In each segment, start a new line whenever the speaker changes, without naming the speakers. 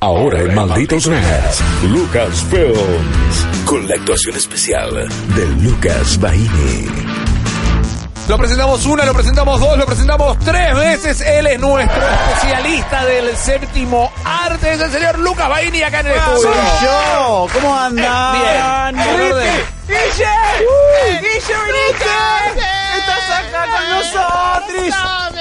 Ahora en Malditos Nerds, Lucas Films. Con la actuación especial de Lucas Baini.
Lo presentamos una, lo presentamos dos, lo presentamos tres veces. Él es nuestro especialista del séptimo arte. Es el señor Lucas Baini acá en el estudio.
Soy yo.
Eh,
¿Cómo andan? eh,
Bien. En orden.
¡Guille! ¡Guille, venite! ¡Estás acá con
nosotros!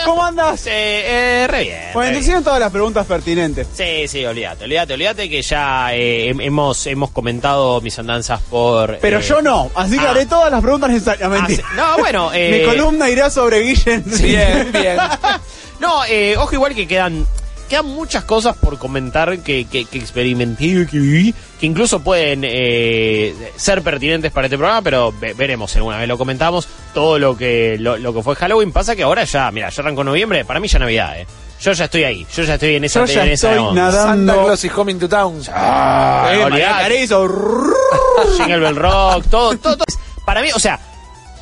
¿Cómo andas?
Sí, eh, re bien.
Bueno,
re
te
bien.
hicieron todas las preguntas pertinentes.
Sí, sí, olvídate, olvídate, olvídate que ya eh, hem- hemos, hemos comentado mis andanzas por...
Pero
eh,
yo no, así que
ah.
haré todas las preguntas necesarias.
ah, sí.
Mentira.
No, bueno... eh,
Mi columna irá sobre Guillen.
Bien, bien.
No, eh, ojo igual que quedan quedan muchas cosas por comentar que, que, que experimenté, que viví, que incluso pueden eh, ser pertinentes para este programa, pero ve- veremos, si alguna vez lo comentamos, todo lo que lo, lo que fue Halloween. Pasa que ahora ya, mira, ya arrancó noviembre, para mí ya Navidad, eh. Yo ya estoy ahí, yo ya estoy en esa...
Yo ya
en esa
estoy
onda.
Santa
nadando.
Claus is coming to town.
Ah,
Eh,
olvidate.
Mariah Carey hizo
Jingle Bell Rock, todo, todo, todo. Para mí, o sea,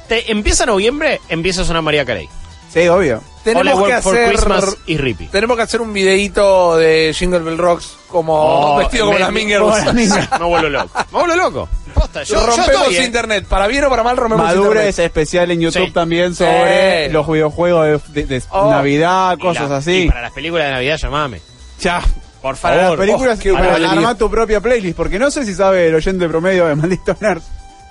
te empieza noviembre, empieza a sonar María Carey.
Sí, obvio.
All I
Tenemos
Work
que
for
hacer...
Christmas y Rippy.
Tenemos que hacer un videíto de Jingle Bell Rocks como
Oh,
vestido como
me-
las
me-
Mingers.
Oh, como las Mingers.
Me vuelvo loco. Me vuelvo loco. Posta, yo, yo
rompemos
estoy, eh.
internet. Para bien o para mal, rompemos
Madura
internet.
ese especial en YouTube
Sí.
también sobre
Sí.
los videojuegos de, de- de
Oh.
Navidad,
Y
cosas
la-
así.
Y para las películas de Navidad, llamame.
Ya.
Por favor.
Para las películas,
oh, qué
para
buena
armar
idea.
tu propia playlist, porque no sé si sabe el oyente promedio de Maldito Nerd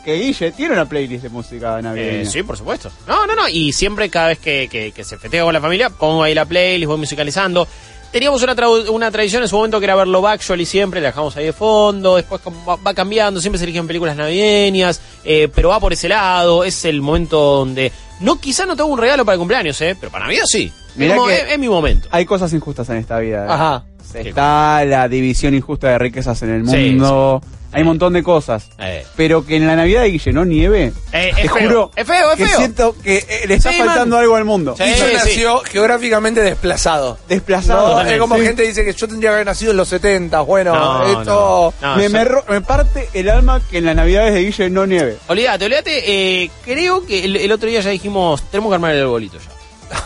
que Guille tiene una playlist de música navideña.
Eh, sí, por supuesto. No, no, no. Y siempre, cada vez que, que- que se festeja con la familia, pongo ahí la playlist, voy musicalizando. Teníamos una, trau- una tradición en su momento que era verlo Actually siempre, la dejamos ahí de fondo. Después como va, va cambiando, siempre se eligen películas navideñas, eh, pero va por ese lado. Es el momento donde. No, quizá no tengo un regalo para el cumpleaños, ¿eh? Pero para Navidad sí.
Mirá
Es mo-
que-
es, es mi momento.
Hay cosas injustas en esta vida. ¿eh?
Ajá.
Está la división injusta de riquezas en el
Sí,
mundo. Hay un montón de cosas.
Eh.
Pero que en la Navidad de Guille no nieve.
Eh,
te
es feo,
juro.
es feo, es
que
feo.
siento que eh, le está
Sí,
faltando
man.
algo al mundo.
Sí.
Y yo nació geográficamente desplazado.
Desplazado.
No, es como
Sí.
gente dice que yo tendría que haber nacido en los 70. Bueno,
No,
esto.
no, no,
me,
yo-
me ro- me parte el alma que en las Navidades de Guille no nieve.
Olvídate, olvídate. eh, creo que el, el otro día ya dijimos, tenemos que armar el bolito ya.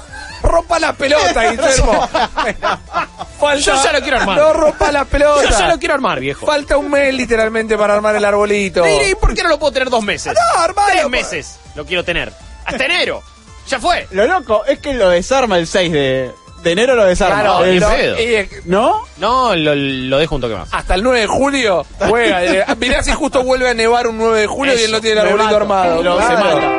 Rompa la pelota, Guillermo. Falta-
Yo ya lo quiero armar.
No rompa la pelota.
Yo ya lo quiero armar, viejo.
Falta un mes literalmente para armar el arbolito.
Diré, ¿Y por qué no lo puedo tener dos meses?
No, hermano,
Tres
por-
meses lo quiero tener. Hasta enero. Ya fue.
Lo loco es que lo desarma el 6 de, de enero, lo desarma.
Claro,
El-
ni
No,
pedo.
y es que
¿No?
No, lo, lo dejo un toque más.
hasta el 9 de julio juega. Eh, Mirá si justo vuelve a nevar un 9 de julio y
Eso,
él no tiene el
me
arbolito
mato.
armado.
Lo- se
Claro.
mata.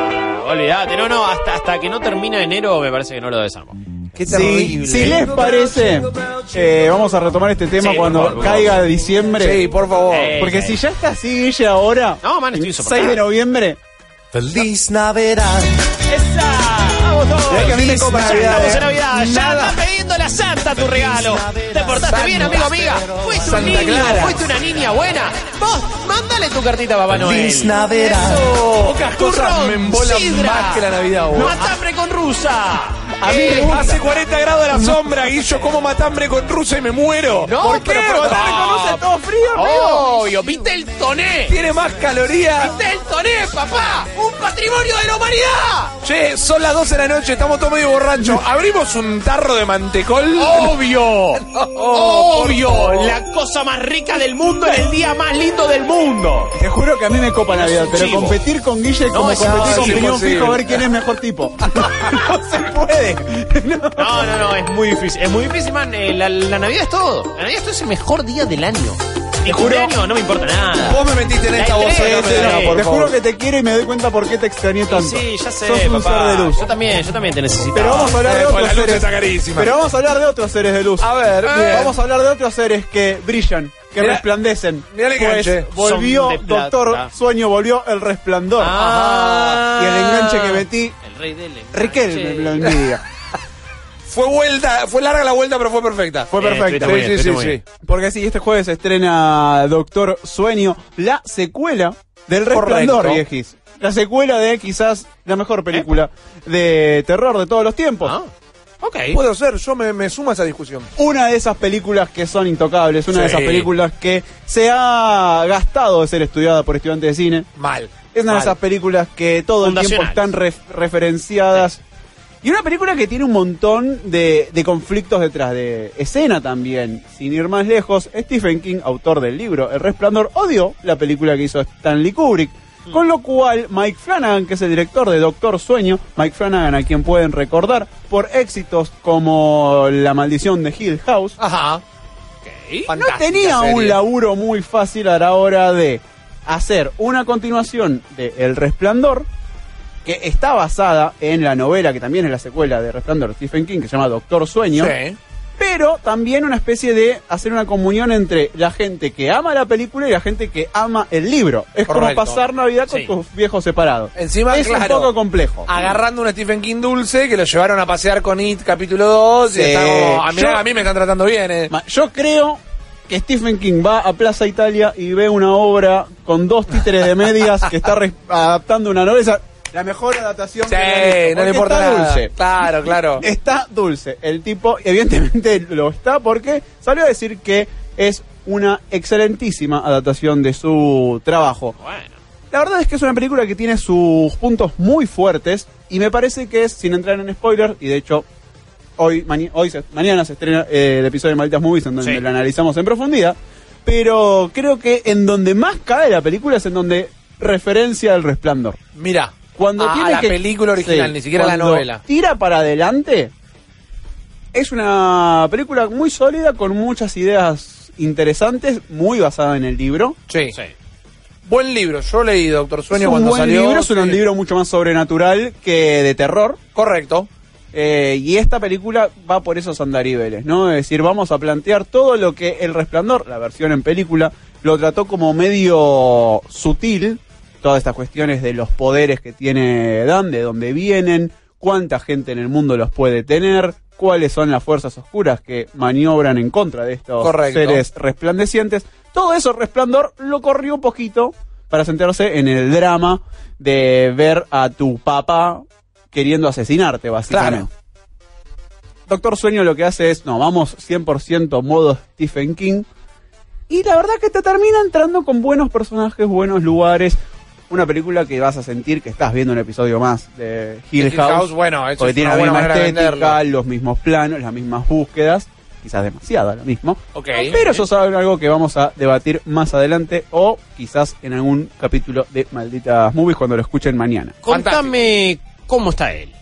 Ah, Olvídate, no, no, hasta, hasta que no termina enero me parece que no lo desarmo.
Qué
Si,
terrible.
si les parece, eh, vamos a retomar este tema
Sí,
cuando
por favor, por
caiga
favor.
diciembre.
Sí, por favor.
Eh,
Porque si ya está así, Guille, ahora.
No, man, estoy insoportable.
6 de noviembre.
Feliz Navidad.
¡Esa! ¡Vamos todos!
Mirá que a mí me
Feliz
copa
Ya
Navidad,
estamos
eh.
en Navidad, ya
Nada.
andas pidiendo la Santa tu regalo. Te portaste bien, amigo, amiga. Fuiste un
Santa
niño,
Clara.
fuiste una niña buena. Vos, mándale tu cartita a Papá Noel.
Feliz Navidad.
Eso.
Pocas cosas
Turrón,
me embolan
sidra,
más que la Navidad, boludo.
Matambre con rusa.
A mí me
Eh,
gusta.
Hace 40 grados de la sombra, Guillo, como matambre con rusa y me muero.
No,
¿Por qué?
pero por-
Matambre con rusa es todo frío, amigo.
Obvio, viste el toné.
Tiene más calorías.
Viste el toné, papá. Un patrimonio de la humanidad.
Che, son las 12 de la noche, estamos todos medio borrachos. ¿Abrimos un tarro de mantecol?
Obvio.
Oh, por
Obvio.
favor.
La cosa más rica del mundo en el día más lindo del mundo.
Te juro que a mí me copa Navidad,
un
pero
chivo.
competir con Guille es
No,
como
es
competir con
imposible.
Piñón Fijo a ver quién es mejor tipo. no se puede. No.
No, no, no, es muy difícil. Es muy difícil, man. Eh, la, la Navidad es todo. La Navidad es todo, es el mejor día del año. Mi cumpleaños no me importa nada.
Vos me metiste en
La
esta
estrella,
voz. eh,
sí,
no,
sí.
por
Te
favor.
juro que te quiero y me doy cuenta por qué te extrañé tanto.
Sí, ya sé,
Sos un
papá.
ser de luz.
Yo también, yo también te necesito.
Pero vamos a hablar de
Eh, pues
otros
la luz
seres.
está carísima.
Pero vamos a hablar de otros seres de luz. Eh,
A ver, bien.
vamos a hablar de otros seres que brillan, que
Mirá-
resplandecen.
mirá el enganche.
pues volvió
Son de plata.
Doctor Sueño, volvió el resplandor.
Ah.
Y el enganche que metí,
El rey del enganche.
Riquelme me lo envidia.
Fue vuelta, fue larga la vuelta, pero fue perfecta.
Fue
Eh,
perfecto.
estuviste muy bien,
Sí, sí,
estuviste muy
sí,
bien.
sí.
Porque sí, este jueves se estrena Doctor Sueño, la secuela del Resplandor,
Correcto.
viejis. La secuela de quizás la mejor película
Eh.
de terror de todos los tiempos.
Ah, ok.
Puedo ser, yo me, me sumo a esa discusión.
Una de esas películas que son intocables, una de
Sí.
esas películas que se ha gastado de ser estudiada por estudiantes de cine.
Mal.
Es una de
Mal.
esas películas que todo el tiempo
Fundacionales.
están ref- referenciadas Y una película que tiene un montón de, de conflictos detrás de escena también. Sin ir más lejos, Stephen King, autor del libro El Resplandor, odió la película que hizo Stanley Kubrick. Con lo cual, Mike Flanagan, que es el director de Doctor Sueño, Mike Flanagan, a quien pueden recordar por éxitos como La Maldición de Hill House,
Ajá.
no tenía un laburo muy fácil a la hora de hacer una continuación de El Resplandor, que está basada en la novela, que también es la secuela de Resplandor de Stephen King, que se llama Doctor Sueño,
Sí.
pero también una especie de hacer una comunión entre la gente que ama la película y la gente que ama el libro. Es como
Correcto.
pasar Navidad con
Sí.
tus viejos separados.
Encima,
es
claro,
un poco complejo.
Agarrando un Stephen King dulce que lo llevaron a pasear con It capítulo 2
Sí.
y está como, "Ah, mirá,
Yo-
a mí me están tratando bien. eh".
Ma- Yo creo que Stephen King va a Plaza Italia y ve una obra con dos títeres de medias que está re- adaptando una novela. La mejor adaptación.
Sí,
que le han hecho,
no le
porque
importa
está
nada.
dulce.
Claro, claro.
Está dulce. El tipo, evidentemente, lo está porque salió a decir que es una excelentísima adaptación de su trabajo.
Bueno.
La verdad es que es una película que tiene sus puntos muy fuertes y me parece que es, sin entrar en spoilers, y de hecho hoy, maña- hoy se- mañana se estrena eh, el episodio de Malditas Movies en donde
Sí.
lo analizamos en profundidad, pero creo que en donde más cae la película es en donde referencia al resplandor.
Mira.
Cuando
a,
tiene
Ah, la
que-
película original,
Sí,
ni siquiera la
cuando
novela.
Tira para adelante. Es una película muy sólida con muchas ideas interesantes, muy basada en el libro.
Sí.
Sí.
Buen libro. Yo leí Doctor Sueño
es un
cuando
buen
salió.
libro, es un
Sí.
libro mucho más sobrenatural que de terror.
Correcto.
Eh, y esta película va por esos andariveles, ¿no? Es decir, vamos a plantear todo lo que El Resplandor, la versión en película, lo trató como medio sutil, todas estas cuestiones de los poderes que tiene Dan, de dónde vienen, cuánta gente en el mundo los puede tener, cuáles son las fuerzas oscuras que maniobran en contra de estos
Correcto.
seres resplandecientes. Todo eso Resplandor lo corrió un poquito para centrarse en el drama de ver a tu papá queriendo asesinarte, básicamente.
Claro.
Doctor Sueño lo que hace es, no, vamos 100% modo Stephen King. Y la verdad que te termina entrando con buenos personajes, buenos lugares. Una película que vas a sentir que estás viendo un episodio más de Hill
Hill
House.
House, bueno, eso
porque
es
tiene
una
la
buena
misma
manera de
estética,
venderlo.
los mismos planos, las mismas búsquedas. Quizás demasiada lo mismo.
Ok.
Pero eso es algo que vamos a debatir más adelante o quizás en algún capítulo de Malditas Movies cuando lo escuchen mañana.
Contame cómo está él. Eh,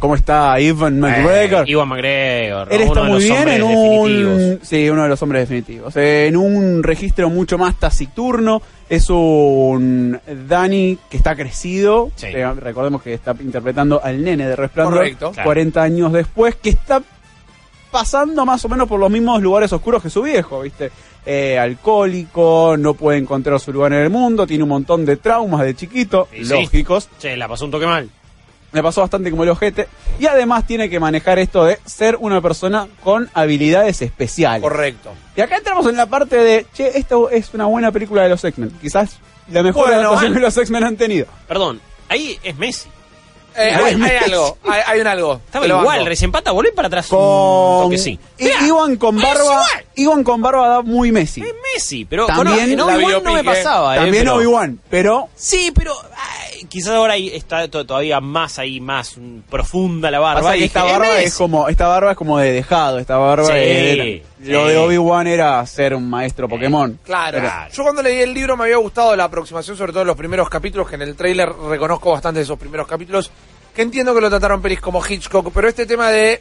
¿Cómo está Ivan McGregor?
Iwan McGregor.
Él
¿no?
está
Uno de
muy
los
bien
hombres
en un.
definitivos.
Sí, uno de los hombres definitivos. Eh, En un registro mucho más taciturno. Es un Danny que está crecido.
Sí.
Eh, recordemos que está interpretando al nene de Resplandor.
Correcto.
Claro.
40 años después, que está pasando más o menos por los mismos lugares oscuros que su viejo, ¿viste? Eh, alcohólico, no puede encontrar su lugar en el mundo, tiene un montón de traumas de chiquito,
Y sí.
lógicos.
Che, la pasó un toque mal.
Me pasó bastante como el ojete. Y además tiene que manejar esto de ser una persona con habilidades especiales.
Correcto.
Y acá entramos en la parte de, che, esto es una buena película de los X-Men. Quizás la mejor
Bueno, Mm,
adaptación
ah.
que los X-Men han tenido.
Perdón, ahí es Messi.
Eh,
Ah, es
hay, hay
Messi.
algo. Hay, hay un algo.
Estaba
Te lo
igual,
banco.
recién pata, volvé para atrás. un
Con...
toque, sí.
I- Iwan con barba... Iwan con barba da muy Messi.
Es Messi, pero
También
con-
la
en Obi-Wan
biopic,
no me
eh.
pasaba. eh,
También
pero-
Obi-Wan, pero...
Sí, pero ay, quizás ahora ahí está to- todavía más ahí, más mm, profunda la barba.
Pasa
Y
que esta
dije, "Eh,
barba
Messi".
es como esta barba es como de dejado, esta barba
Sí,
era- lo
sí. Eh,
de Obi-Wan era ser un maestro Pokémon.
Claro.
Claro.
Yo cuando leí el libro me había gustado la aproximación, sobre todo en los primeros capítulos, que en el tráiler reconozco bastante de esos primeros capítulos, que entiendo que lo trataron pelis como Hitchcock, pero este tema de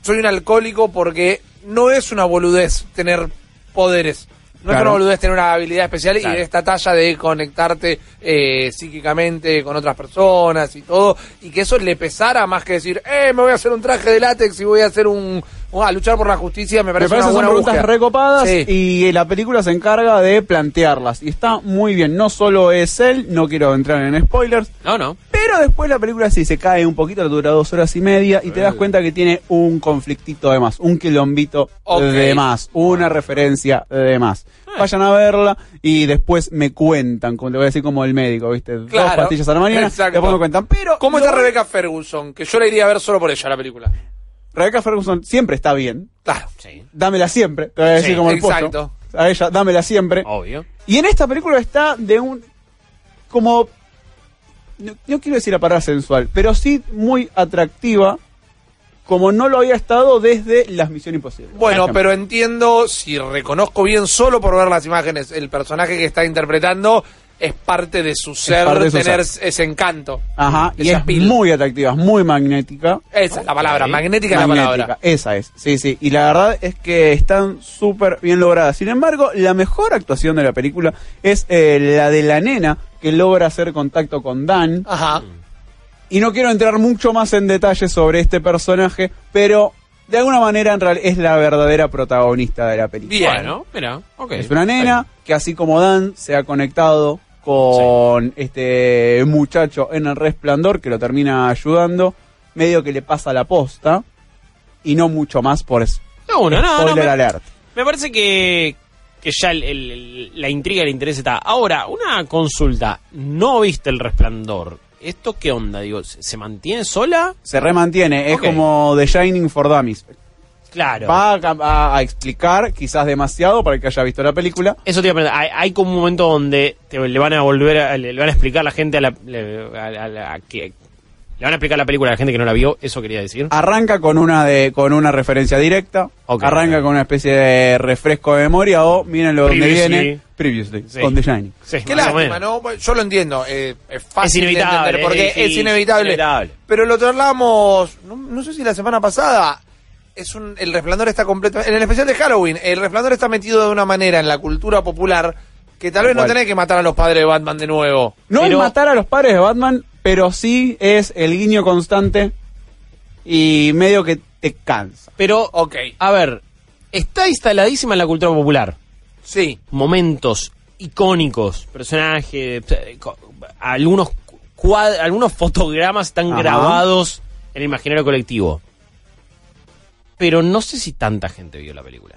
soy un alcohólico porque no es una boludez tener poderes. No es
Claro.
una boludez tener una habilidad especial
Claro.
y de esta talla de conectarte eh, psíquicamente con otras personas y todo, y que eso le pesara más que decir, eh, me voy a hacer un traje de látex y voy a hacer un... a luchar por la justicia, me
Me
parece,
parece
una
son
buena
preguntas
búsqueda.
recopadas
Sí.
y eh, la película se encarga de plantearlas. Y está muy bien. No solo es él, no quiero entrar en spoilers.
No, no.
Pero después la película sí se cae un poquito, dura dos horas y media, y te
Eh.
das cuenta que tiene un conflictito de más, un quilombito
Ok. Eh.
de más, una referencia de más. Vayan a verla y después me cuentan, como te voy a decir como el médico, ¿viste? Dos
Claro.
pastillas a la mañana,
Exacto.
después me cuentan. Pero
¿Cómo
lo-
está Rebecca Ferguson? Que yo la iría a ver solo por ella la película.
Rebecca Ferguson siempre está bien.
Claro.
Sí,
Dámela siempre, te voy a decir
Sí,
como el
exacto.
puesto. A ella, dámela siempre.
obvio.
Y en esta película está de un. como. no, no quiero decir la palabra sensual, pero sí muy atractiva, como no lo había estado desde las Misión Imposible.
Bueno,
Por ejemplo.
pero entiendo, si reconozco bien solo por ver las imágenes, el personaje que está interpretando es parte de su ser
parte de su
tener ese encanto.
Ajá, y
esa
es
pil-
muy atractiva, es muy magnética.
Esa es la palabra,
Ok.
magnética, es la palabra.
Esa es, sí, sí. Y la verdad es que están súper bien logradas. Sin embargo, la mejor actuación de la película es eh, la de la nena que logra hacer contacto con Dan.
Ajá.
Y no quiero entrar mucho más en detalle sobre este personaje, pero de alguna manera en realidad es la verdadera protagonista de la película.
Bien.
Bueno, mira, ok.
Es una nena que así como Dan se ha conectado con este muchacho en el resplandor que lo termina ayudando, medio que le pasa la posta y no mucho más por eso.
No, bueno, no, no.
Spoiler
Me,
alert.
me parece que, que ya el- el- el- la intriga, el interés está. Ahora, una consulta. No viste el resplandor. ¿Esto qué onda? Digo, ¿se, se mantiene sola?
Se remantiene, es
Ok.
como The Shining for Dummies.
Claro.
Va a, a- a explicar, quizás demasiado para el que haya visto la película.
Eso te iba a preguntar. Hay, hay como un momento donde te- le van a volver, a, le, le van a explicar a la gente a la, le, a- a la- a que- le van a explicar la película a la gente que no la vio. Eso quería decir.
Arranca con una de con una referencia directa,
Ok.
arranca con una especie de refresco de memoria o mírenlo donde
Previously.
viene. Previously,
Sí.
con The Shining.
Sí,
Qué
más o
lástima,
menos.
¿no? Bueno, Yo lo entiendo. eh, es fácil
Es inevitable,
de entender porque
es
es,
difícil,
inevitable.
inevitable.
Pero lo charlamos, no, no sé si la semana pasada. Es un, el resplandor está completo. En el especial de Halloween, el resplandor está metido de una manera en la cultura popular que tal vez no
cual.
tenés que matar a los padres de Batman de nuevo.
No
Pero-
es matar a los padres de Batman, pero sí es el guiño constante y medio que te cansa.
Pero,
Ok,
a ver, está instaladísima en la cultura popular.
sí.
momentos icónicos, personajes, eh, co- algunos cuad- algunos fotogramas están
Ajá.
grabados en el imaginario colectivo. Pero no sé si tanta gente vio la película.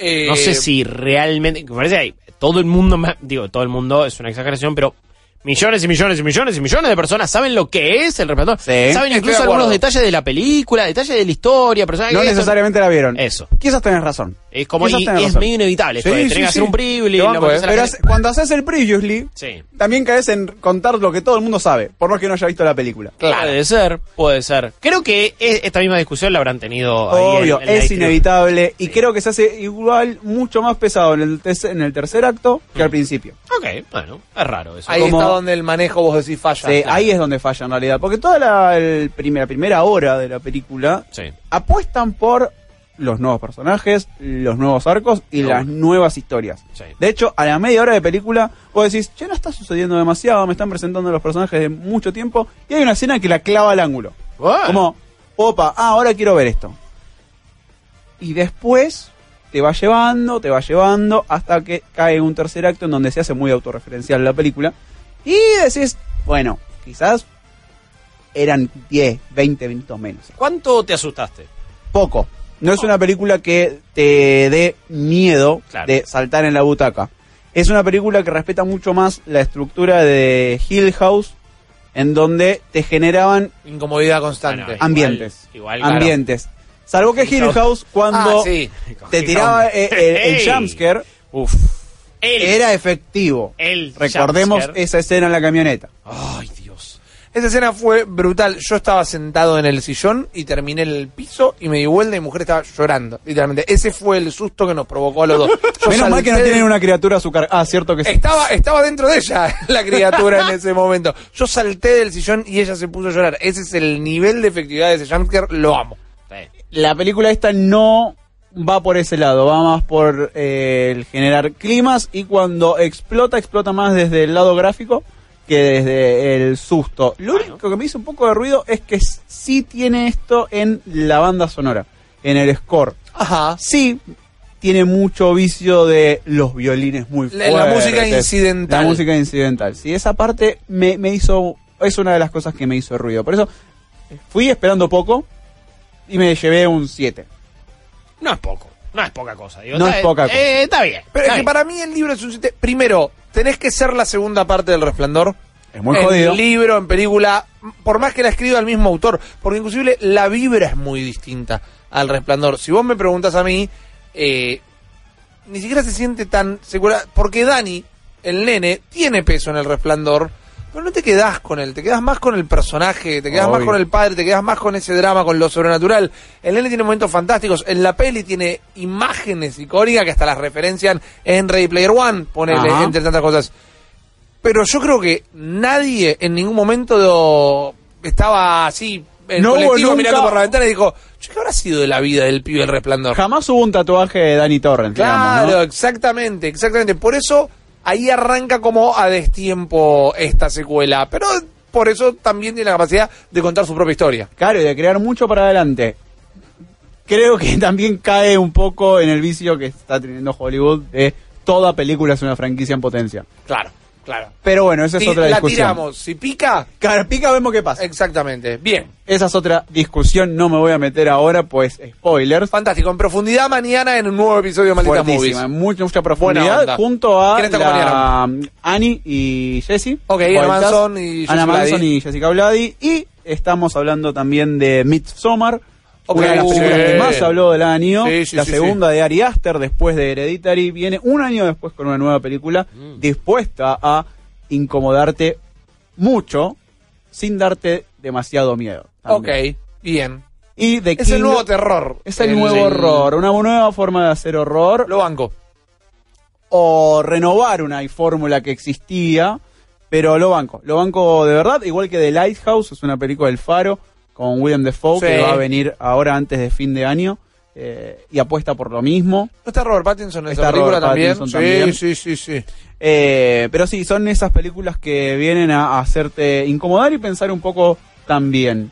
eh,
No sé si realmente, me parece que hay- todo el mundo, ma- digo, todo el mundo es una exageración, pero millones y millones y millones y millones de personas saben lo que es el resplandor.
Sí.
saben
Estoy de
incluso
acuerdo.
algunos detalles de la película, detalles de la historia, personajes
No
que son-
necesariamente la vieron.
Eso.
Quizás tenés razón.
Es como y,
Quizás
y
tenés
es
razón.
medio inevitable, esto
Sí,
de
sí,
tener que
sí.
hacer un privilege,
Te banco, eh.
Pero hace- cuando haces el previously,
Sí.
también caes en contar lo que todo el mundo sabe, por más que no haya visto la película.
Claro.
Puede ser, puede ser. Creo que e- esta misma discusión la habrán tenido. ahí en-
Obvio,
en la E
es
distribu-
inevitable y creo que se hace igual mucho más pesado en el, tec- en el tercer acto que
Mm.
al principio.
Ok, bueno, es raro eso.
Ahí
como-
está donde el manejo, vos decís, falla.
Sí,
Claro.
ahí es donde falla en realidad, porque toda la, el primer- la primera hora de la película
Sí.
apuestan por los nuevos personajes, los nuevos arcos y
No.
las nuevas historias.
Sí.
De hecho, a la media hora de película, vos decís, ya no está sucediendo demasiado, me están presentando los personajes de mucho tiempo, y hay una escena que la clava al ángulo.
Bueno.
Como, opa, ah, ahora quiero ver esto. Y después te va llevando, te va llevando, hasta que cae un tercer acto en donde se hace muy autorreferencial la película. Y decís, bueno, quizás eran 10, 20 minutos menos
¿Cuánto te asustaste?
poco. No es una película que te dé miedo
Claro.
de saltar en la butaca. Es una película que respeta mucho más la estructura de Hill House, en donde te generaban
Incomodidad constante.
Bueno, ahí.
ambientes.
igual, claro.
ambientes. Salvo que Hill House, cuando
Ah, sí.
te tiraba eh, el, el
Hey.
jumpscare,
Uf. El-
era efectivo.
El
Recordemos
jumpscare.
esa escena en la camioneta.
Ay, Dios.
Esa escena fue brutal. Yo estaba sentado en el sillón y terminé en el piso y me di vuelta y mi mujer estaba llorando. Literalmente, ese fue el susto que nos provocó a los dos. Yo
Menos mal que no
salté-
tienen una criatura a su carga. Ah, cierto que sí.
Estaba, estaba dentro de ella la criatura en ese momento. Yo salté del sillón y ella se puso a llorar. Ese es el nivel de efectividad de ese jumpscare. Lo amo.
Sí.
la película esta no va por ese lado, va más por eh, el generar climas y cuando explota, explota más desde el lado gráfico que desde el susto. Lo único que me hizo un poco de ruido es que s- sí tiene esto en la banda sonora, en el score.
Ajá.
Sí tiene mucho vicio de los violines muy
La-
fuertes.
la música incidental.
La música incidental. Sí, esa parte me, me hizo... Es una de las cosas que me hizo ruido. Por eso fui esperando poco y me llevé un 7.
No es poco. No es poca cosa. digo,
No
está-
es poca cosa.
eh, está bien.
Pero es
está
que
bien.
para mí el libro es un... siete- Primero, tenés que ser la segunda parte del Resplandor.
Es muy
en
jodido.
libro, en película, por más que la escriba el mismo autor, porque inclusive la vibra es muy distinta al Resplandor. Si vos me preguntas a mí, eh, ni siquiera se siente tan segura, porque Dani, el nene, tiene peso en el Resplandor, Pero no te quedás con él, te quedás más con el personaje, te quedás más
Obvio.
con el padre, te quedás más con ese drama, con lo sobrenatural. El nene tiene momentos fantásticos, en la peli tiene imágenes icónicas que hasta las referencian en Ready Player One, ponele,
Ajá.
entre tantas cosas. Pero yo creo que nadie en ningún momento do- estaba así, en
No hubo
colectivo,
nunca-
mirando por la ventana y dijo, "Che, ¿qué habrá sido de la vida del pibe el resplandor?
Jamás hubo un tatuaje de Danny Torrent,
Claro,
digamos, ¿no?
exactamente, exactamente. Por eso ahí arranca como a destiempo esta secuela. Pero por eso también tiene la capacidad de contar su propia historia.
Claro, y de crear mucho para adelante. Creo que también cae un poco en el vicio que está teniendo Hollywood de toda película es una franquicia en potencia.
Claro, claro.
Pero bueno, esa es
Si
otra
la
discusión.
tiramos, si pica,
Carpica, vemos qué pasa.
exactamente. Bien.
Esa es otra discusión, no me voy a meter ahora, pues spoilers.
Fantástico. En profundidad mañana en un nuevo episodio de Maldita Movies.
Fuertísima, mucha, mucha
Buena
profundidad.
onda.
Junto a
¿Quién está
la, Annie y Jesse.
Ok, Ana
Vueltas.
Manson y Jessica
Ana Manson
Vladi.
y Jessica Vladi. Y estamos hablando también de Midsommar.
Ok,
una de las
sí.
películas que más habló del año.
Sí, sí,
la
sí,
segunda de Ari Aster después de Hereditary. Viene un año después con una nueva película
Mm.
dispuesta a incomodarte mucho sin darte demasiado miedo.
Ok,
también.
bien.
Y de
Es el
King-
nuevo terror.
Es el, nuevo horror, una nueva forma de hacer horror
Lo banco.
o renovar una fórmula que existía, pero lo banco. Lo banco de verdad, igual que The Lighthouse, es una película del Faro con William Defoe que
Sí.
va a venir ahora antes de fin de año eh, y apuesta por lo mismo.
¿No está Robert Pattinson en
Está
esa película
Robert
también?
Pattinson
Sí,
también.
sí, sí, sí.
Eh, pero sí, son esas películas que vienen a, a hacerte incomodar y pensar un poco también.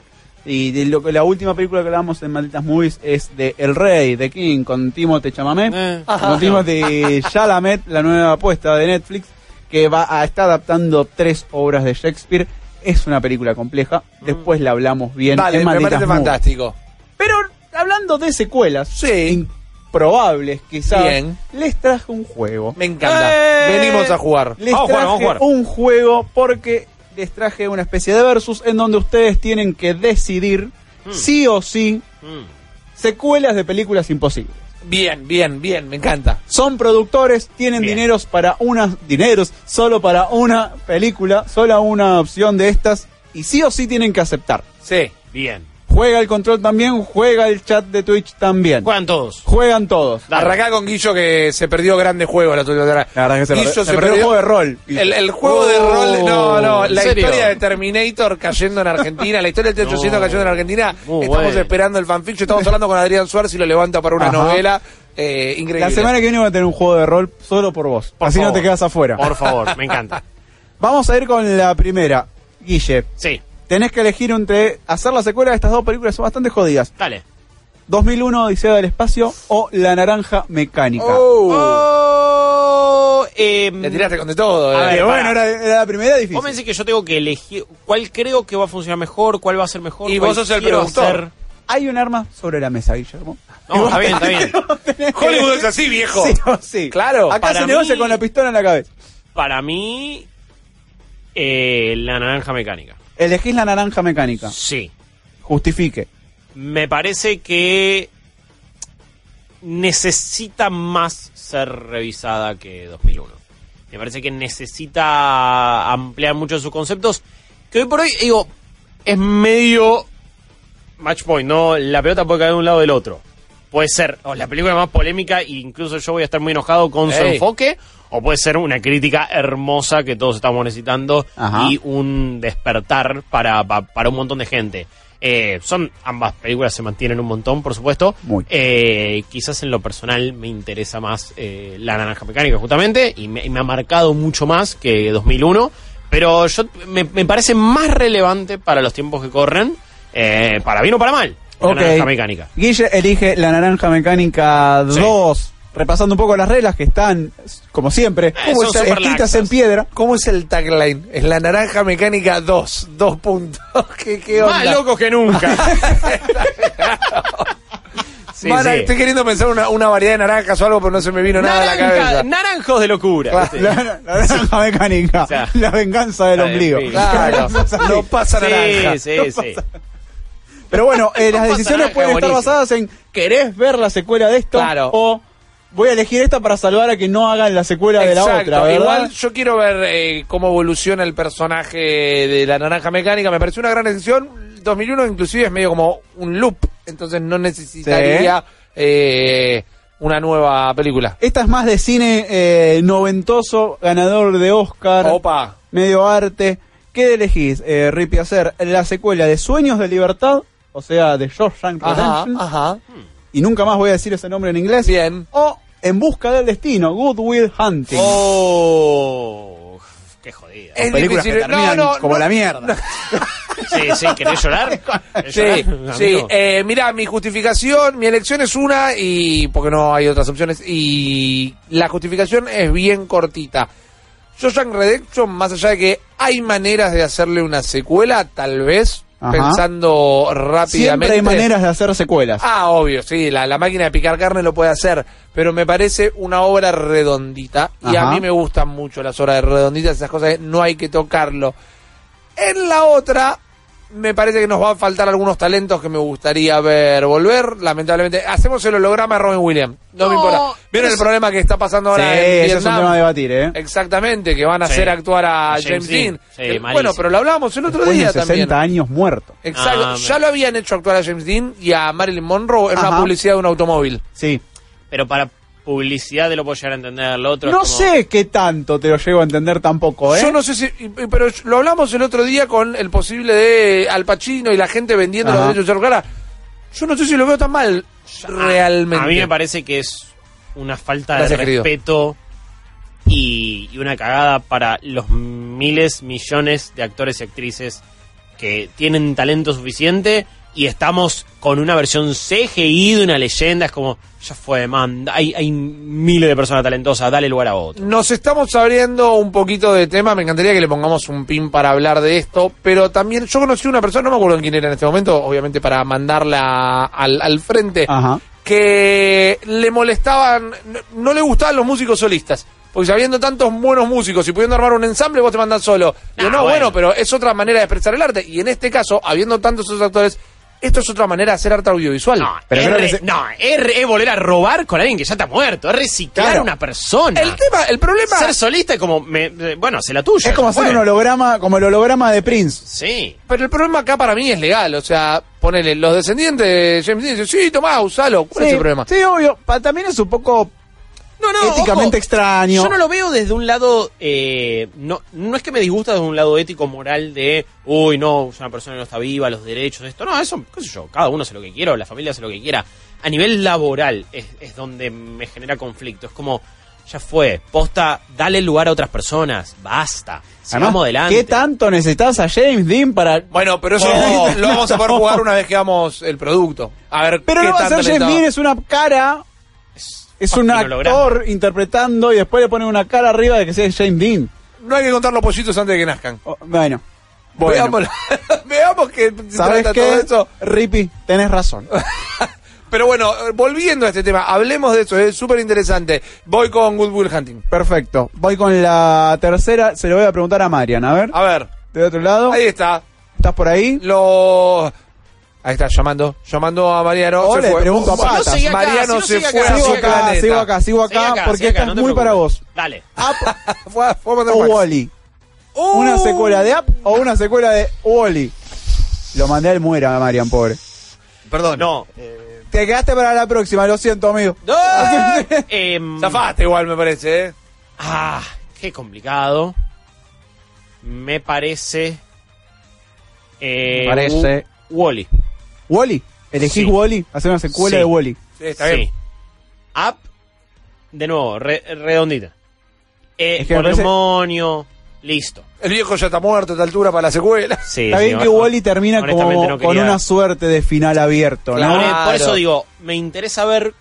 Y de lo que la última película que hablamos en Malditas Movies es de El Rey, de King, con Timothée Chalamet.
Eh.
Con Timothée Chalamet, la nueva apuesta de Netflix, que va a estar adaptando tres obras de Shakespeare. Es una película compleja. Después la hablamos bien
Dale,
en
Mm. me
Malditas
parece
Movies.
fantástico.
Pero hablando de secuelas,
Sí.
improbables quizás,
Bien.
les traje un juego.
Me encanta.
¡Eh!
Venimos a jugar.
Les
Vamos a jugar,
traje
vamos a jugar.
un juego porque les traje una especie de versus en donde ustedes tienen que decidir
Hmm.
sí o sí
Mm.
secuelas de películas imposibles.
Bien, bien, bien, me encanta.
Son productores, tienen
Bien.
dineros para unas dineros solo para una película, solo una opción de estas y sí o sí tienen que aceptar.
Sí.
Bien.
Juega el control también, juega el chat de Twitch también.
Juegan todos.
Juegan todos.
Dale.
Arrancá con Guillo que se perdió grandes juegos la última temporada.
La verdad que se,
Guillo
perdió,
se
se perdió el
perdió-
juego de rol.
El, el juego de
Oh,
rol. No, no.
¿en
La
serio?
historia de Terminator cayendo en Argentina. La historia del T800
No.
cayendo en Argentina.
Muy
estamos
bueno.
esperando el fanfiction. Estamos hablando con Adrián Suárez y lo levanta para una
Ajá.
novela. eh, increíble.
La semana que viene va a tener un juego de rol solo por vos.
Por
así no
favor.
te quedas afuera.
Por favor, me encanta.
Vamos a ir con la primera. Guille,
Sí,
tenés que elegir entre hacer la secuela de estas dos películas, son bastante jodidas.
dale.
2001 Odisea del Espacio o La Naranja Mecánica.
Oh.
Oh, eh,
Le tiraste con de todo.
A
eh.
ver,
Pero bueno,
pará.
era, era la primera difícil.
Vos me decís que yo tengo que elegir cuál creo que va a funcionar mejor, cuál va a ser mejor.
Y
cuál
vos sos el
quiero
productor.
hacer.
Hay un arma sobre la mesa, Guillermo.
No, está bien, está bien.
Hollywood es así, viejo.
Sí, o sí.
Claro.
Acá
Para
se negocia
mí-
con la pistola en la cabeza.
Para mí, eh, la naranja mecánica.
Elegís la naranja mecánica.
Sí.
Justifique.
Me parece que necesita más ser revisada que 2001. Me parece que necesita ampliar mucho sus conceptos. Que hoy por hoy, digo, es medio match point, ¿no? La pelota puede caer de un lado o del otro. Puede ser o la película más polémica, e incluso yo voy a estar muy enojado con su
Ey.
enfoque, o puede ser una crítica hermosa que todos estamos necesitando
Ajá.
y un despertar para, pa- para un montón de gente. Eh, son ambas películas, se mantienen un montón, por supuesto.
Muy.
Eh, quizás en lo personal me interesa más eh, La Naranja Mecánica, justamente, y me, y me ha marcado mucho más que 2001. Pero yo me, me parece más relevante para los tiempos que corren, eh, para bien o para mal, La
Ok.
Naranja Mecánica.
Guille elige la naranja mecánica
Sí.
2. Repasando un poco las reglas que están, como siempre,
Eh, son
escritas
súper laxas.
en piedra.
¿Cómo es el tagline? Es la naranja mecánica 2. Dos puntos. ¿Qué, qué onda?
Más locos que nunca. Sí,
Mara,
sí.
Estoy queriendo pensar una, una variedad de naranjas o algo, pero no se me vino nada a la
Naranja-
cabeza.
naranjos de locura.
Claro.
¿viste?
La, la naranja mecánica.
O sea,
la venganza del
la de-
ombligo.
sí.
Claro, no pasa naranja.
Sí, sí, sí.
Pero bueno, eh, las
pasa
decisiones
naranja,
pueden estar
buenísimo.
basadas en ¿querés ver la secuela de esto?
Claro.
O voy a elegir esta para salvar a que no hagan la secuela de la
Exacto.
otra, ¿verdad?
Igual yo quiero ver eh, cómo evoluciona el personaje de la naranja mecánica. Me pareció una gran edición. 2001 inclusive es medio como un loop. Entonces no necesitaría eh, una nueva película.
Esta es más de cine eh, noventoso, ganador de Oscar,
Opa.
medio arte. ¿Qué elegís, eh, Ripi, hacer la secuela de Sueños de Libertad, o sea, de Shawshank
Ajá,
Redemption,
ajá.
y nunca más voy a decir ese nombre en inglés,
Bien.
o En Busca del Destino, Good Will Hunting.
¡Oh! ¡Qué jodida!
Es
películas que
difícil. No,
terminan
no,
como
no.
la mierda.
Sí, sí, ¿querés llorar? ¿Querés
Sí,
llorar,
sí.
amigo?
Eh, mirá, mi justificación, mi elección es una y porque no hay otras opciones y la justificación es bien cortita. Shawshank Redemption, más allá de que hay maneras de hacerle una secuela, tal vez,
Ajá.
pensando
Siempre
rápidamente.
hay maneras de hacer secuelas.
Ah, obvio, sí, la, la máquina de picar carne lo puede hacer, pero me parece una obra redondita y
Ajá.
a mí me gustan mucho las obras redonditas, esas cosas que no hay que tocarlo. En la otra, me parece que nos va a faltar algunos talentos que me gustaría ver volver, lamentablemente. Hacemos el holograma de Robin Williams, no, me
No,
importa. ¿Vieron el
es-
problema que está pasando
sí,
ahora en
ese
Vietnam?
es un tema a debatir, ¿eh?
Exactamente, que van a
Sí.
hacer actuar a
A
James,
James
Dean.
Dean. Sí,
Que- bueno,
malísimo.
pero lo hablábamos el otro
Después de
día
60
también.
años muerto.
Exacto,
Ah,
ya
me-
lo habían hecho actuar a James Dean y a Marilyn Monroe en
Ajá.
una publicidad de un automóvil.
Sí.
Pero para publicidad te lo puedo llegar a entender. Lo otro es
No
como-
sé qué tanto te lo llego a entender tampoco, ¿eh?
Yo no sé si, y- y- pero yo- lo hablamos el otro día con el posible de Al Pacino y la gente vendiendo
Ajá.
los derechos de Charles Gara. Yo no sé si lo veo tan mal realmente.
ah, A mí me parece que es una falta
Gracias,
de
querido.
respeto y, y una cagada para los miles, millones de actores y actrices que tienen talento suficiente y estamos con una versión CGI de una leyenda. Es como, ya fue, man, hay, hay miles de personas talentosas, dale lugar a otro.
Nos estamos abriendo un poquito de tema. Me encantaría que le pongamos un pin para hablar de esto. Pero también yo conocí una persona, no me acuerdo quién era en este momento, obviamente para mandarla al, al frente.
Ajá.
que le molestaban, no, no le gustaban los músicos solistas. Porque sabiendo tantos buenos músicos y pudiendo armar un ensamble, vos te mandás solo. Digo,
Ah,
no, bueno.
bueno.
pero es otra manera de expresar el arte. Y en este caso, habiendo tantos otros actores, esto es otra manera de hacer arte audiovisual.
No,
Pero
es
creo que
re-
se-
no, es re- es volver a robar con alguien que ya está muerto, es reciclar
Claro.
a una persona.
El tema, el problema...
Ser solista es como, me- eh, bueno, se la tuya.
Es como
ya
hacer
fue.
un holograma, como el holograma de Prince.
Sí.
Pero el problema acá para mí es legal. O sea, ponele, los descendientes de James Dean dicen, sí, tomá, usalo. ¿Cuál es el problema?
sí, obvio. Pa- también es un poco
No, no,
éticamente
ojo,
extraño.
Yo no lo veo desde un lado. eh, no, no es que me disgusta desde un lado ético, moral, de. Uy, no, es una persona que no está viva, los derechos, esto. No, eso, qué sé yo. Cada uno hace lo que quiera, o la familia hace lo que quiera. A nivel laboral es, es donde me genera conflicto. Es como. Ya fue, posta, dale lugar a otras personas, basta,
Además,
sigamos adelante.
¿Qué tanto necesitas a James Dean para...?
Bueno, pero eso
Oh.
lo vamos a poder jugar una vez que hagamos el producto. A ver,
Pero
qué
no va a
tan
ser James
talentado.
Dean, es una cara... Es un
fucking holograma.
actor interpretando y después le ponen una cara arriba de que sea James Dean.
No hay que contar los pollitos antes de que nazcan.
O- bueno. Bueno.
Veamos, veamos que
¿Sabes
trata
qué?
todo eso.
Rippy, tenés razón.
Pero bueno, eh, volviendo a este tema, hablemos de eso, es súper interesante. Voy con Good Will Hunting.
Perfecto. Voy con la tercera. Se lo voy a preguntar a Marian. A ver.
A ver,
De otro lado.
ahí está.
¿Estás por ahí?
Lo... Ahí está, llamando. Llamando a Mariano.
O
se
le
fue.
pregunto a
Oh,
Patas.
si no, Mariano
Si no,
se
sigue acá,
fue
si no,
a
sigo,
otro
sigue
acá,
planeta.
sigo acá, sigo acá,
Sigue acá,
porque
sigue acá,
esta
no
es
te
muy
preocupes.
para vos. Ah,
Dale.
Up
Fue a- fue a mandar
o
fax.
Oh, Wally.
Uh,
Una secuela de Up o una secuela de Wally. Lo mandé al muera, Marian, pobre.
Perdón.
No.
Te quedaste para la próxima, lo siento, amigo.
¡No!
em,
Zafaste igual, me parece, ¿eh?
Ah, qué complicado. Me parece. Eh,
Parece.
Wally.
Wally. Elegís
Sí.
Wally, hacer una secuela
Sí.
de Wally.
Sí, está bien.
Up. De nuevo, re- redondita. Eh,
Es que me
con
parece-
demonio. Listo.
El viejo ya está muerto a esta altura para la secuela.
Sí,
Está
sí,
bien
no,
que Wally termina
honestamente
como
no
con
quería-
una suerte de final abierto, ¿no?
Claro.
Eh, Por eso digo, me interesa ver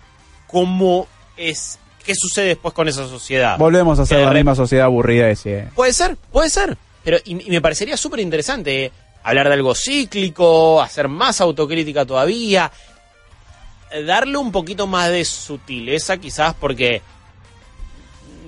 cómo es. ¿Qué sucede después con esa sociedad?
Volvemos a hacer
Eh,
la
re-
misma sociedad aburrida de siempre.
Puede ser, puede ser. Pero, y, y me parecería súper interesante eh, hablar de algo cíclico, hacer más autocrítica todavía, eh, darle un poquito más de sutileza quizás porque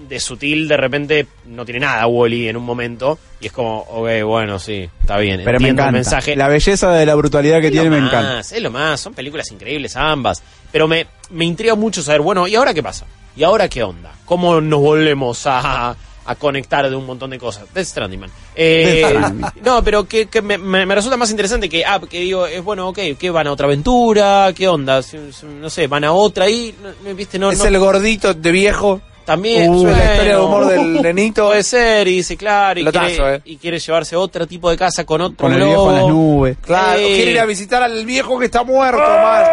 de sutil de repente no tiene nada Wally en un momento y es como, ok, bueno, sí, está bien,
Pero me
entiendo
encanta.
el mensaje.
La belleza de la brutalidad que
Es
tiene
lo
me
más,
encanta.
Es lo más, son películas increíbles ambas. Pero me, me intriga mucho saber, bueno, ¿y ahora qué pasa? ¿Y ahora qué onda? ¿Cómo nos volvemos a, a conectar de un montón de cosas? Death Stranding, man. Eh,
Death Stranding.
no, pero que, que me, me- me resulta más interesante que, ah, que digo, es bueno, ok, ¿qué van a otra aventura? ¿Qué onda? Si- si- No sé, van a otra y, no- ¿viste? No,
es
no-
el gordito de viejo.
también.
Uh,
bueno.
la historia de humor del nenito.
Puede ser, y dice, claro, y,
Pelotazo,
quiere,
eh.
y quiere llevarse otro tipo de casa con otro
Con el viejo en las
globo. eh,
nubes.
Claro,
Sí.
quiere ir a visitar al viejo que está muerto, mal.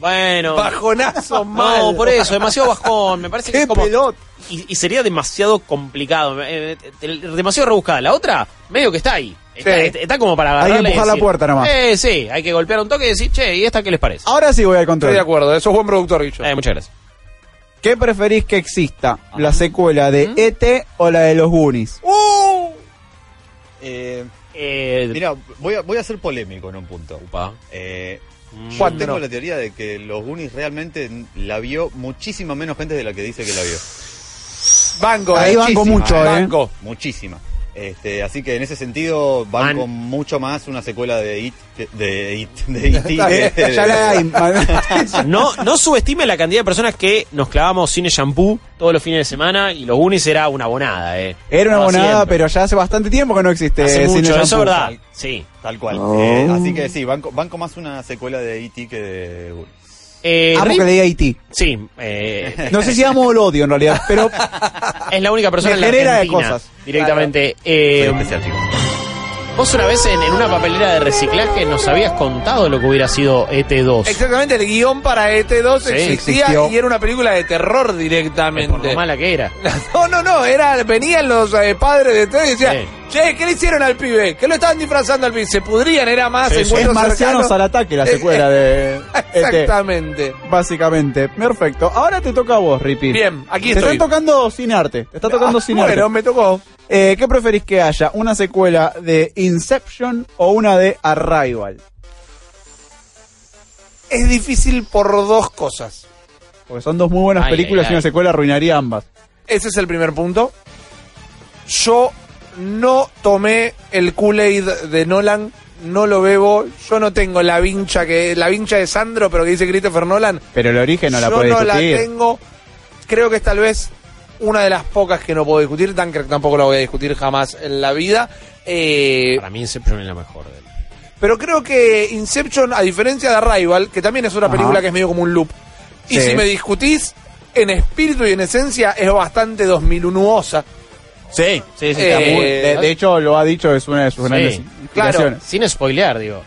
Bueno.
Bajonazo,
Oh.
mal.
No, pues, por eso, demasiado bajón. Me parece que
Qué
es como.
pelota.
Y, y sería demasiado complicado, eh, eh, eh, demasiado rebuscada. La otra, medio que está ahí. Está,
Sí.
está- está como para
que
agarrarla y
empujar la puerta nomás.
Eh, sí, hay que golpear un toque y decir, che, ¿y esta qué les parece?
Ah,
Ahora sí voy al
Estoy de
control.
acuerdo, eso es buen productor, Guillo.
Eh, muchas gracias.
¿Qué preferís que exista? ¿La secuela de ET o la de los Goonies?
¡Uh!
Eh,
Eh,
mira, voy a, voy a ser polémico en un punto.
upa.
Eh,
Mm,
yo tengo
no?
la teoría de que los Goonies realmente la vio muchísima menos gente de la que dice que la vio.
Bango,
Ahí
eh,
banco
muchísima,
mucho, eh.
Bango.
Muchísima. Este, así que en ese sentido van
Man.
con mucho más una secuela de It, que- de It, de IT. que de-
eh,
E
Ya la hay.
No, no subestime la cantidad de personas que nos clavamos cine shampoo todos los fines de semana y los unis era una bonada, eh.
Era una
Como
bonada,
siempre.
pero ya hace bastante tiempo que no existe
Hace
cine
mucho, eso es
shampoo.
verdad. Sí.
Tal cual. Eh, así que sí, van, co- van con más una secuela de IT que de Goonies.
Eh,
Amo
Rip-
que leía IT.
Sí, eh,
No sé si amo o lo odio en realidad, pero
es la única persona
Me
en la
genera de
Argentina
cosas.
directamente. Eh,
Soy especial, chicos.
vos una vez en, en una papelera de reciclaje nos habías contado lo que hubiera sido E ET2.
Exactamente, el guión para ET2
Sí, Eh,
existía
existió.
y era una película de terror
Por lo
directamente.
mala que era.
No, no, no, era, venían los eh, padres de ET y decían,
Sí.
che, ¿qué le hicieron al pibe? ¿Qué lo estaban disfrazando al pibe? Se pudrían, era más
Sí, sí.
es
encuentros
Marcianos E
cercanos.
al ataque la
Eh,
secuela de ET.
Exactamente.
Básicamente, perfecto. Ahora te toca a vos, Ripi.
Bien, aquí
Te
estoy.
están tocando sin arte. Te está tocando
Ah,
sin arte.
Bueno, me tocó.
Eh, ¿Qué preferís que haya? ¿Una secuela de Inception o una de Arrival?
Es difícil por dos cosas.
Porque son dos muy buenas
Ay,
películas
ay,
y una
ay.
secuela arruinaría ambas.
Ese es el primer punto. Yo no tomé el Kool-Aid de Nolan, no lo bebo. Yo no tengo la vincha que la vincha de Sandro, pero que dice Christopher Nolan.
Pero el origen no la
Yo
puede
no la
discutir.
tengo. Creo que es tal vez una de las pocas que no puedo discutir. Dunkirk tampoco la voy a discutir jamás en la vida. Eh,
Para mí Inception es la mejor de él.
pero creo que Inception, a diferencia de Arrival, que también es una
Ajá.
película que es medio como un loop. Y
Sí.
si me discutís, en espíritu y en esencia es bastante 2001osa.
Sí, sí, sí.
Eh,
está muy-
De, de hecho, lo ha dicho, es una de sus
Sí,
grandes
claro.
inspiraciones.
Sin spoilear, digo.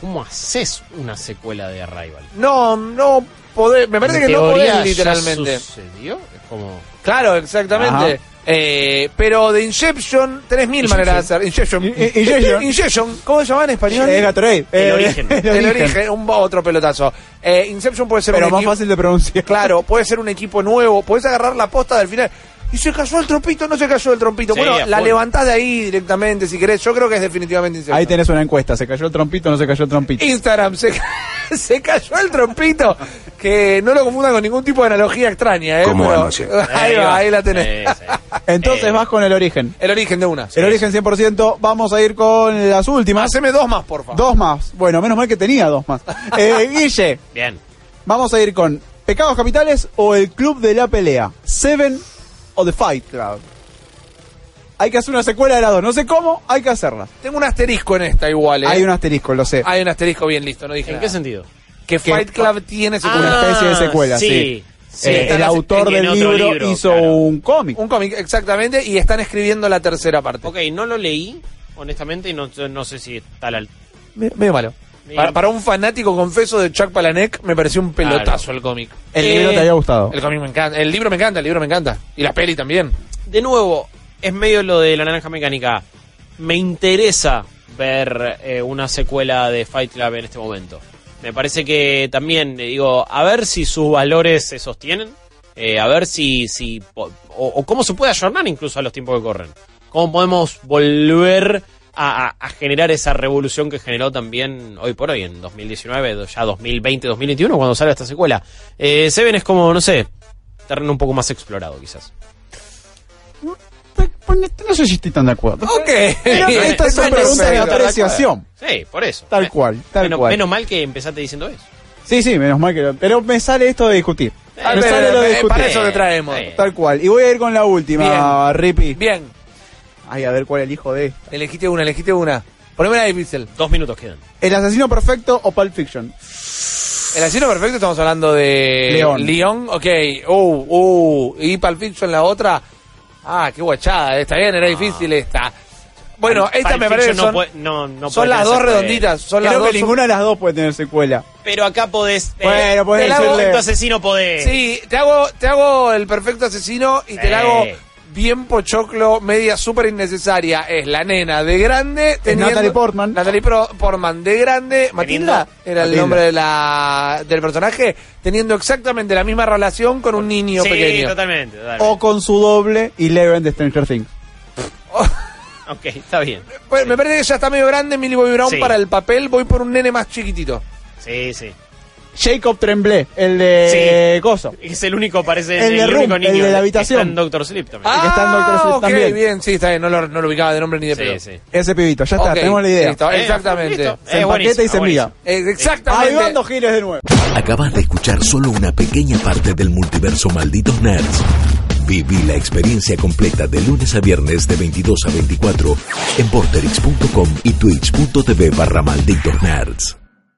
¿Cómo haces una secuela de Arrival?
No, no podés, me parece
En
que no
teoría
podés
ya
literalmente.
sucedió? Es como...
Claro, exactamente.
Ajá.
Eh, pero de Inception tenés mil
Inception.
maneras de hacer. Inception.
In- in- Inception.
Inception. ¿Cómo se llama en español?
Es Gatorade. Eh,
origen.
el
El
origen.
origen, un, otro pelotazo. Eh, Inception puede ser
Pero
un
más
equipo-
fácil de pronunciar.
Claro, puede ser un equipo nuevo, puedes agarrar la posta del final. Y se cayó el trompito, no se cayó el trompito.
Sí,
bueno,
a
la
full.
levantás de ahí directamente si querés. Yo creo que es definitivamente Inception.
Ahí tenés una encuesta. ¿Se cayó el trompito o no se cayó el trompito?
Instagram, se, ca- se cayó el trompito. Que no lo confunda con ningún tipo de analogía extraña, ¿eh?
Como
Pero-
anoche.
ahí va, ahí la tenés.
eh, Sí, sí.
Entonces
Eh.
vas con el origen.
El origen de una.
El origen 100%. Vamos a ir con las últimas.
Haceme dos más, por favor.
Dos más. Bueno, menos mal que tenía dos más. Eh, Guille,
Bien.
vamos a ir con Pecados Capitales o El Club de la Pelea. Seven o The Fight Club. Hay que hacer una secuela de las dos. No sé cómo, hay que hacerla.
Tengo un asterisco en esta igual, ¿eh?
Hay un asterisco, lo sé.
Hay un asterisco bien listo, no dije
¿En
nada.
qué Ah. sentido? Ah,
Que Fight Club tiene secuela.
una especie de secuela, sí.
sí. sí.
Eh,
Está
el
la-
autor
en- en
del
otro
libro,
libro,
hizo
claro.
un cómic.
Un cómic, exactamente, y están escribiendo la tercera parte.
Ok, no lo leí, honestamente, y no, no sé si está al
Me- Medio malo.
Medio-
Para, para un fanático confeso de Chuck Palahniuk me pareció un pelotazo el cómic.
El
Eh,
libro te había gustado.
El cómic me encanta, el libro me encanta, el libro me encanta. Y la peli también.
De nuevo, es medio lo de la naranja mecánica. Me interesa ver eh, una secuela de Fight Club en este momento. Me parece que también, eh, digo, a ver si sus valores se sostienen. eh, a ver si, si po- o, o cómo se puede ayornar incluso a los tiempos que corren. Cómo podemos volver a, a- a generar esa revolución que generó también hoy por hoy, en 2019, do- ya 2020, 2021, cuando salga esta secuela. Eh, Seven es como, no sé, terreno un poco más explorado quizás.
eh, No sé si estoy tan de acuerdo.
Ok.
Pero
eh,
esta es una
Bueno,
pregunta de
perfecto.
apreciación.
Sí, por eso.
Tal
Me-
cual, tal
menos,
cual.
menos mal que empezaste diciendo eso.
Sí, sí, menos mal que lo... Pero me sale esto de discutir.
Ah,
me
pero,
sale lo de
eh,
discutir.
para eso te traemos.
Eh.
Tal cual. Y voy a ir con la última, Ripi.
Bien,
Ay, a ver cuál elijo de esta.
elegiste una, elegiste una. Poneme la difícil.
Dos minutos quedan.
¿El asesino perfecto o Pulp Fiction?
El asesino perfecto estamos hablando de
León.
ok. Uh, uh. Y Pulp Fiction la otra. Ah, qué guachada. eh. Está bien, era difícil esta. Bueno,
Ah. Pulp
esta me
Fiction
parece que
no
son,
puede- no- no
son
puede
las
tener
dos
secuela.
redonditas. Son las
Creo
dos.
que ninguna de las dos puede tener secuela.
Pero acá podés. eh,
Bueno, podés
te la hago-
decirle-
tu asesino podés.
Sí, te hago, te hago el perfecto asesino y te la
Sí.
hago bien pochoclo, media súper innecesaria. Es la nena de grande. Teniendo,
Natalie Portman.
Natalie Pro- Portman de grande. Matilda era el
Matilda.
nombre de la, del personaje. Teniendo exactamente la misma relación con un niño
Sí,
pequeño.
totalmente. totalmente.
O con su doble, Eleven de Stranger Things.
Ok, está bien.
Pues, Me parece que ya está medio grande Millie Bobby Brown
Sí.
para el papel. Voy por un nene más chiquitito.
Sí, sí.
Jacob Tremblay, el de
Sí.
Gozo.
Es el único, parece.
El de
el único
Room,
niño.
el de la
que
habitación.
Está en Doctor Sleep
Ah,
también.
que está en Doctor Sleep
ok,
también.
bien. Sí, está bien. No lo, no lo ubicaba de nombre ni de
sí,
pelo.
sí.
Ese pibito, ya está,
Ok,
tenemos la idea.
listo,
Eh,
exactamente.
listo.
Se
Eh,
empaqueta y se
buenísimo,
envía.
Eh,
Ahí
Exactamente.
van dos giles de nuevo.
Acabas de escuchar solo una pequeña parte del multiverso Malditos Nerds. Viví la experiencia completa de lunes a viernes de 22 a 24 en porterix.com y twitch.tv barra Malditos Nerds.